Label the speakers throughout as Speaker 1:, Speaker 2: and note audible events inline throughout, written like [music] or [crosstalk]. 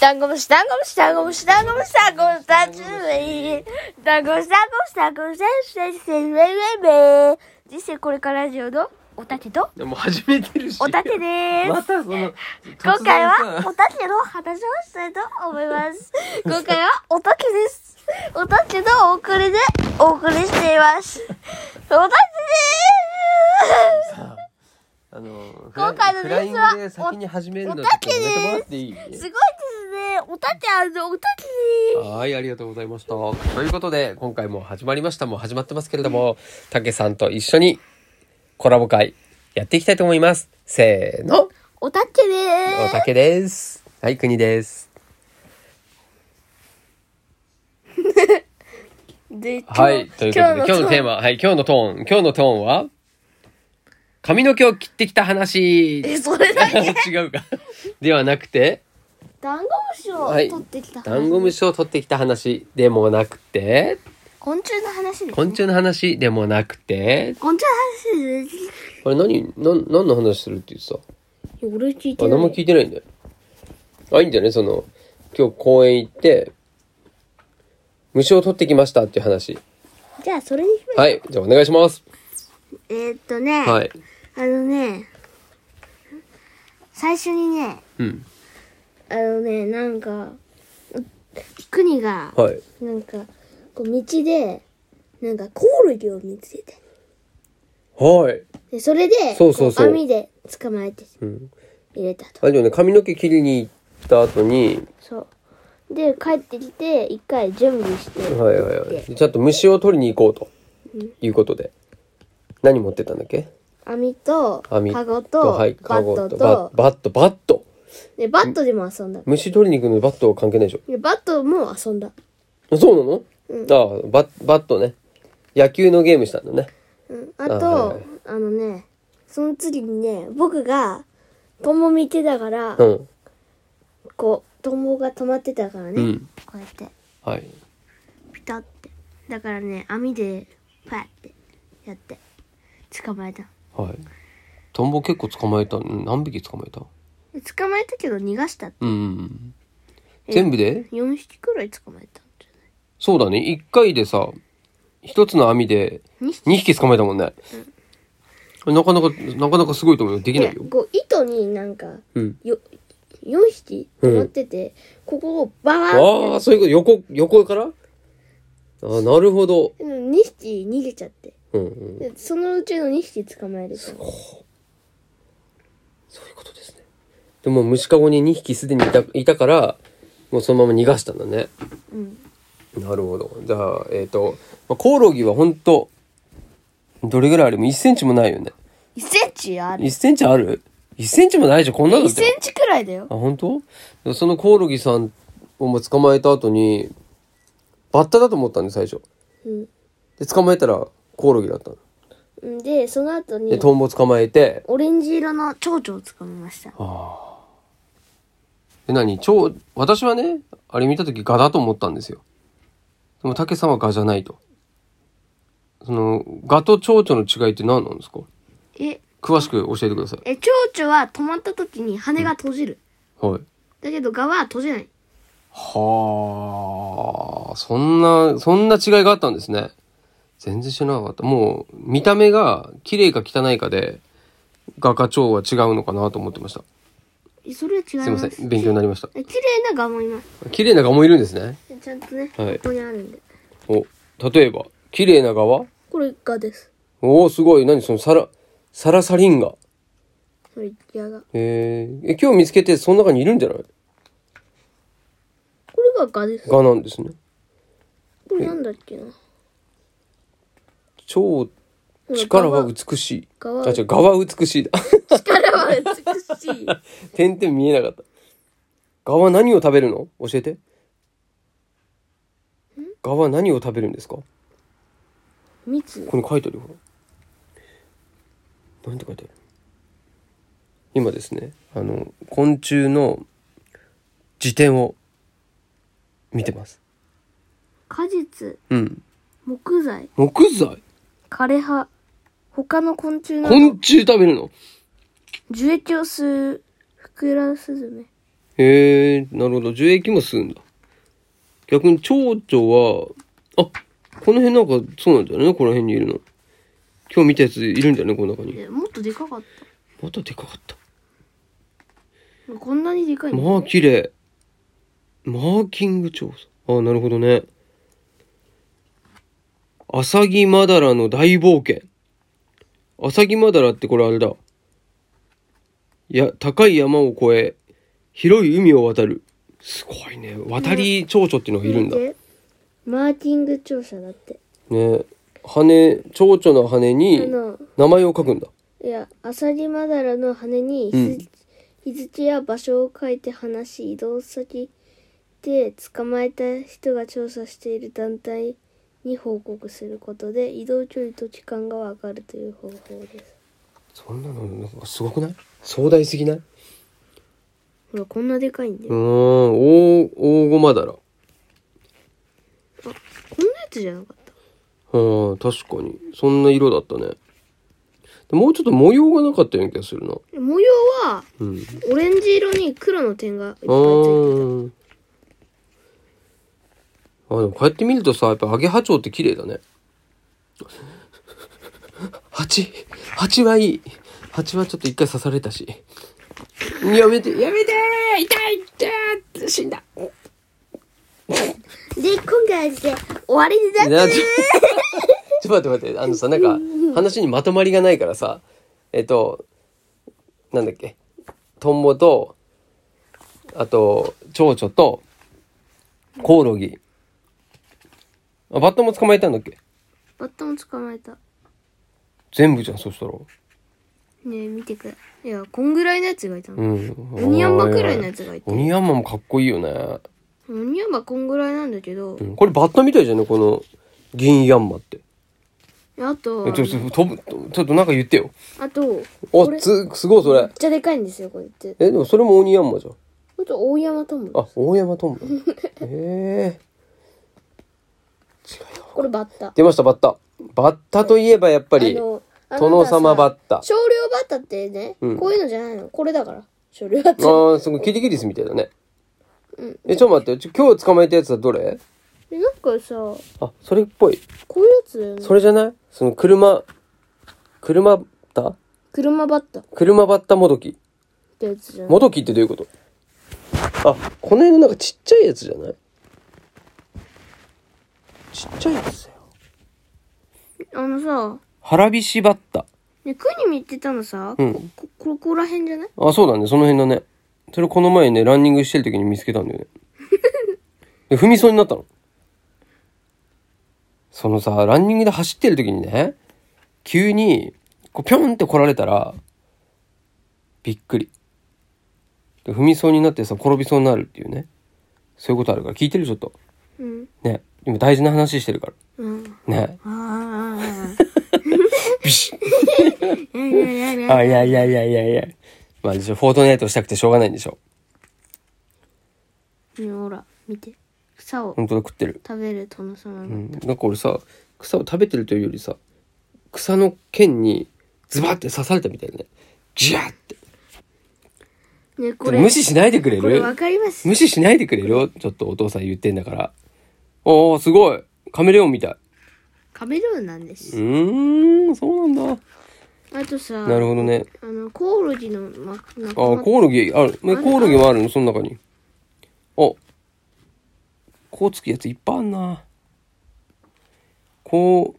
Speaker 1: ダンゴムシ、ダンゴムシ、ダンゴムシ、ダンゴムシ、ダンゴムシ、ダンゴムシ、ダンゴムシ、ダンゴムシ、ダンゴムシ、ダンゴムシ、ダンゴムシ、人生これからラジオのおたてと
Speaker 2: でも始めてるし
Speaker 1: おたてで。
Speaker 2: ますたその
Speaker 1: 今回は
Speaker 2: 突
Speaker 1: おたての話をしたいと思います。今回はおたてです。おたてのお送りでお送りしています。おたてで
Speaker 2: 然さあの
Speaker 1: 今回の
Speaker 2: フ
Speaker 1: ニ
Speaker 2: ラ
Speaker 1: ュ
Speaker 2: イ
Speaker 1: ー
Speaker 2: ン
Speaker 1: スは
Speaker 2: グで先に始めるのちょ
Speaker 1: お
Speaker 2: っとやめてもらっていい
Speaker 1: す。すごいですね。おたてあるおたてです。
Speaker 2: はい、ありがとうございました。ということで、今回も始まりました。もう始まってますけれども、たけさんと一緒にコラボ会やっていきたいと思います。せーの、
Speaker 1: おたてで
Speaker 2: お
Speaker 1: す。
Speaker 2: たけです。はい、国です。
Speaker 1: で、今日
Speaker 2: はい、ということで、今日のテー
Speaker 1: マ。
Speaker 2: マ、はい、今日のトーン、今日のトーンは、髪の毛を切ってきた話。
Speaker 1: え、それだけ
Speaker 2: [laughs] 違うか。ではなくて、
Speaker 1: ダンゴムシを
Speaker 2: はい
Speaker 1: 取ってきた話、
Speaker 2: ダンゴムシを取ってきた話でもなくて、
Speaker 1: 昆虫の話です。
Speaker 2: 昆虫の話でもなくて、
Speaker 1: 昆虫の話です。
Speaker 2: あれ何、何、何の話するって言ってた
Speaker 1: いや俺聞い
Speaker 2: あ、
Speaker 1: てな
Speaker 2: 何も
Speaker 1: い。
Speaker 2: 聞いてないんだよ。あ、いいんじゃないその、今日公園行って、虫を取ってきましたっていう話。
Speaker 1: じゃあ、それにしま
Speaker 2: はい。じゃあお願いします。
Speaker 1: えー、っとね、
Speaker 2: はい。
Speaker 1: あのね、最初にね、
Speaker 2: うん。
Speaker 1: あのね、なんか、国が、
Speaker 2: はい。
Speaker 1: なんか、こう道で、なんかコオロギを見つけて。
Speaker 2: はい。
Speaker 1: で、それで、
Speaker 2: そうそうそう
Speaker 1: こ網で捕まえて
Speaker 2: うん。
Speaker 1: 入れたと。
Speaker 2: あれだよね、髪の毛切りに行った後に、
Speaker 1: そう。で、帰ってきて、一回準備して、
Speaker 2: はいはいはい。ちゃんと虫を取りに行こうと。いうことで。何持ってたんだっけ
Speaker 1: 網と、
Speaker 2: 網
Speaker 1: カゴと、
Speaker 2: はい、
Speaker 1: バ
Speaker 2: カゴ
Speaker 1: ット
Speaker 2: とバ
Speaker 1: と、
Speaker 2: バット、バット。
Speaker 1: で、バットでも遊んだ。
Speaker 2: 虫取りに行くのにバットは関係ないでし
Speaker 1: で、バットも遊んだ。
Speaker 2: ょ。そうなの、ああ、バッ、バットね。野球のゲームしたんだね。
Speaker 1: うん、あ
Speaker 2: あ
Speaker 1: とあ,、
Speaker 2: はいはい
Speaker 1: のねその次にね僕がトンボ見てたから、
Speaker 2: うん。
Speaker 1: こうトンボが止まってたからね、
Speaker 2: うん
Speaker 1: こうやって
Speaker 2: はい。
Speaker 1: ピタってだからね網でパッてやって捕まえた
Speaker 2: はい。トンボ結構捕まえた。うん何匹捕まえた
Speaker 1: で捕まえたけど逃がしたって
Speaker 2: うんうんうん。
Speaker 1: え
Speaker 2: 全部で
Speaker 1: 4匹くらい捕まえたんじ
Speaker 2: そうだね。一回でさ、一つの網で
Speaker 1: ゃない2匹
Speaker 2: 2匹捕まえたもんね。なかなか、なかなかすごいと思うよ。できないよ
Speaker 1: で。こう糸になんか
Speaker 2: うん。
Speaker 1: よ4匹止まってて、ここをバワーンっ
Speaker 2: ああ、そういうこと。横、横からあーなるほど。
Speaker 1: て2匹逃げちゃって
Speaker 2: うんうん。
Speaker 1: でそのうちの2匹捕まえると
Speaker 2: そういうことですね。でも虫かごに2匹すでにいたいたから、もうそのまま逃がしたんだね。
Speaker 1: うん
Speaker 2: なるほど。じゃあ、えっ、と、まあコオロギはほんと、どれぐらいあれも1センチもないよね。
Speaker 1: 1センチある
Speaker 2: 1センチある ?1 センチもないじゃん、こんなの
Speaker 1: 1
Speaker 2: って
Speaker 1: セ。ンチくらいだよ
Speaker 2: あ、本当？でそのコオロギさんをもう捕まえた後に、バッタだと思ったんで、最初。
Speaker 1: うん
Speaker 2: で、捕まえたらコオロギだったの。
Speaker 1: うんでその後
Speaker 2: で、
Speaker 1: に
Speaker 2: トンボ捕まえて、
Speaker 1: オレンジ色の蝶々をつかみました
Speaker 2: で、何蝶、私はね、あれ見た時ガだと思ったんですよ。でも、竹さんはガじゃないと。その、ガと蝶々の違いって何なんですか
Speaker 1: え
Speaker 2: 詳しく教えてください。
Speaker 1: え蝶々は止まった時に羽が閉じる、
Speaker 2: はい。
Speaker 1: だけど蛾は閉じない
Speaker 2: はあ、そんな、そんな違いがあったんですね。全然知らなかった。もう、見た目が綺麗か汚いかで、画家蝶は違うのかなと思ってました。
Speaker 1: えそれは違います
Speaker 2: いません。勉強になりました。
Speaker 1: え綺麗な蛾もいます
Speaker 2: 綺麗な画もいるんですね。
Speaker 1: えちゃんとね、
Speaker 2: はい
Speaker 1: ここにあるんで
Speaker 2: お、例えば、綺麗な画は
Speaker 1: これ蛾です
Speaker 2: おお、すごい。何そのサラ、サラサリンガ。
Speaker 1: それ矢が
Speaker 2: えー、え、今日見つけて、その中にいるんじゃない
Speaker 1: これが蛾です
Speaker 2: 画なんですね。
Speaker 1: これなんだっけな
Speaker 2: 蝶、力は美しい。
Speaker 1: 蛾は
Speaker 2: あ、違う、画は美しいだ。 [laughs]
Speaker 1: 力は美しい
Speaker 2: 点々見えなかった。ガは何を食べるの教えて。ガは何を食べるんですかこ
Speaker 1: 蜜
Speaker 2: こに書いてあるよ。ほらなんて書いてある今ですね、あの、昆虫の辞典を見てます。
Speaker 1: 果実
Speaker 2: うん。
Speaker 1: 木材
Speaker 2: 木材
Speaker 1: 枯れ葉他の昆虫など
Speaker 2: 昆虫食べるの
Speaker 1: 樹液を吸うフクラスズメ
Speaker 2: えへえ、なるほど。樹液も吸うんだ。逆に蝶々は、あ、この辺なんかそうなんだよね。この辺にいるの。今日見たやついるんだよね、この中に。
Speaker 1: えもっとでかかっ
Speaker 2: またでかかった。
Speaker 1: たこんなにでかいの
Speaker 2: まあ綺麗。マーキング調査。あなるほどね。アサギマダラの大冒険。アサギマダラってこれあれだ。いや、高い山を越え、広い海を渡る。すごいね。渡り蝶々っていうのがいるんだ。ね
Speaker 1: 見てマーティング調査だって
Speaker 2: 羽、蝶々の羽
Speaker 1: あ
Speaker 2: に
Speaker 1: の
Speaker 2: 名前を書くんだ。
Speaker 1: いやアサギマダラの羽に
Speaker 2: うん
Speaker 1: 日日付や場所を書いて話し移動先で捕まえた人が調査している団体に報告することで移動距離と期間がわかるという方法です
Speaker 2: そんなの、なんかすごくない壮大すぎない
Speaker 1: ほらこんなでかいんだ
Speaker 2: うー
Speaker 1: よ
Speaker 2: ん、大、大ゴマダラ。
Speaker 1: こんなやつじゃなかった
Speaker 2: はあ、確かに。そんな色だったね。でもうちょっと模様がなかったような気がするな。
Speaker 1: 模様は
Speaker 2: うん。あ
Speaker 1: オレンジ色に黒の点がいっぱいついて
Speaker 2: ーあ。でもこうやって見るとさ、やっぱアゲハチョウって綺麗だね。蜂蜂はいい。蜂はちょっと一回刺されたし。やめて、やめて痛い痛い死んだ。
Speaker 1: で今回で終わりになっ
Speaker 2: いやちょちょっと待って待ってあのさなんか話にまとまりがないからさえっとなんだっけトンボとあと蝶々とコオロギあバッタも捕まえたんだっけ
Speaker 1: バッタも捕まえた
Speaker 2: 全部じゃんそしたら
Speaker 1: ねえ見てくれいやこんぐらいのやつがいたの
Speaker 2: うん
Speaker 1: オニヤンマくらいのやつがいて
Speaker 2: オニヤンマもかっこいいよね、
Speaker 1: オニヤンマこんぐらいなんだけど
Speaker 2: う、ん、これバッタみたいじゃないこの銀ヤンマって
Speaker 1: あと
Speaker 2: えちょちょ飛ぶちょっとなんか言ってよ
Speaker 1: あと
Speaker 2: お
Speaker 1: これ
Speaker 2: つすごいそ
Speaker 1: めっ
Speaker 2: れ
Speaker 1: ちゃでかいんですよこれって
Speaker 2: えでもそれもオニヤンマじゃん
Speaker 1: ほんと大山トンボ
Speaker 2: あ、大山トン
Speaker 1: [laughs]
Speaker 2: ボ。ええ
Speaker 1: これバッタあ
Speaker 2: 出ました、バッタ。バッタといえばやっぱり、
Speaker 1: のあの
Speaker 2: 殿様バッタ。
Speaker 1: 少量バッタってね、
Speaker 2: うん
Speaker 1: こういうのじゃないのこれだから少量バッタ
Speaker 2: ああ、すごい、キリギリスみたいだね。
Speaker 1: うん
Speaker 2: え、ちょっと待って、ちょ今日捕まえたやつはどれ
Speaker 1: でなんかさ
Speaker 2: あ、それっぽい。
Speaker 1: こういうやつだよね
Speaker 2: それじゃないその車、車バッタ
Speaker 1: 車バッタっ
Speaker 2: 車バッタもどき。
Speaker 1: てやつじゃない
Speaker 2: もどきってどういうことあ、この辺のなんかちっちゃいやつじゃないちっちゃいやつだよ。
Speaker 1: あのさ
Speaker 2: ハラビシバッタ。
Speaker 1: ね国見行ってたのさ、
Speaker 2: うん
Speaker 1: こここら辺じゃない
Speaker 2: あ、そうだね。その辺だね。それこの前ね、ランニングしてる時に見つけたんだよね。で踏みそうになったの。そのさ、ランニングで走ってる時にね、急に、こう、ぴょんって来られたら、びっくり。で踏みそうになってさ、転びそうになるっていうね。そういうことあるから、聞いてるちょっと。
Speaker 1: うん
Speaker 2: ね。今大事な話してるか
Speaker 1: うん
Speaker 2: ら。ね。
Speaker 1: ああ
Speaker 2: ビシッ
Speaker 1: [laughs] いやいやいやいや
Speaker 2: あ、いやいやいやいやいや。まあ、一応フォートナイトしたくてしょうがないんでしょ。
Speaker 1: ねほら見て草を
Speaker 2: 本当だ、食ってる。
Speaker 1: 食べる殿様
Speaker 2: う
Speaker 1: が
Speaker 2: ん、なんか俺さ草を食べてるというよりさ草の剣にズバって刺されたみたいなねジャーって
Speaker 1: ねこれ
Speaker 2: 無視しないでくれ
Speaker 1: これわ
Speaker 2: る
Speaker 1: かります
Speaker 2: 無視しないでくれるよちょっとお父さん言ってんだからおーすごいカメレオンみたい
Speaker 1: カメレオンなんで
Speaker 2: う
Speaker 1: す、
Speaker 2: ーんそうなんだ
Speaker 1: あとさ
Speaker 2: なるほどね
Speaker 1: あのコオロギの、ま、
Speaker 2: あ
Speaker 1: 仲間
Speaker 2: コオロギあるねコオロギもあるのその中にあこうつくやついっぱいあんなこ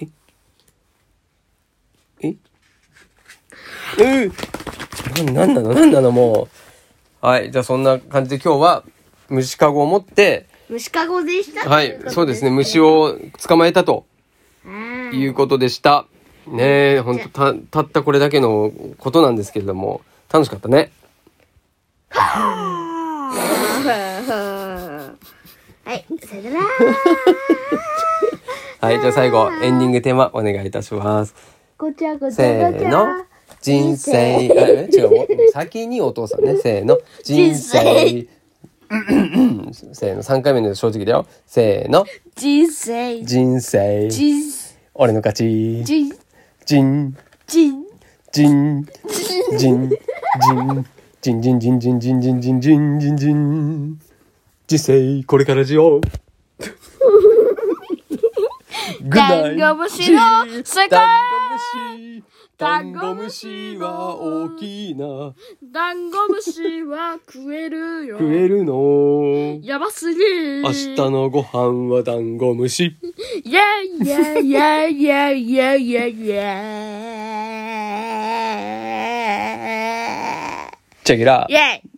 Speaker 2: うえええー、ななんなのなんなのもうはいじゃあそんな感じで今日は虫かごを持って
Speaker 1: 虫かごでした
Speaker 2: はいそうですね虫
Speaker 1: を
Speaker 2: を捕まえたと
Speaker 1: はい
Speaker 2: いうことでしたねえほんとたたったこれだけのことなんですけれども楽しかったね
Speaker 1: はいそれでは
Speaker 2: はい、じゃあ最後、エンディングテーマお願いいたします。
Speaker 1: ごちゃごち
Speaker 2: せ
Speaker 1: ゃごち
Speaker 2: ーの
Speaker 1: ゃ。
Speaker 2: 人生、あえ違う、先にお父さんね、せーの。人生。うんうんうんせーの、3回目の正直だよ。せーの。
Speaker 1: 人生
Speaker 2: 人生。
Speaker 1: 人
Speaker 2: 俺の勝ち。
Speaker 1: 人
Speaker 2: 人、
Speaker 1: 人
Speaker 2: 人、人、人、ジンジンジンジンジンジンジンジンジンジン。人生これからしよう。グ
Speaker 1: ダンゴムシの世界
Speaker 2: ダンゴムシは大きいな。
Speaker 1: ダンゴムシは食えるよ。
Speaker 2: 食えるの。
Speaker 1: やばすぎる。
Speaker 2: 明日のご飯はダンゴムシ。
Speaker 1: イェイイェイイェイイェイイェイイェイイェイ。
Speaker 2: チェキラ
Speaker 1: イ。ェイ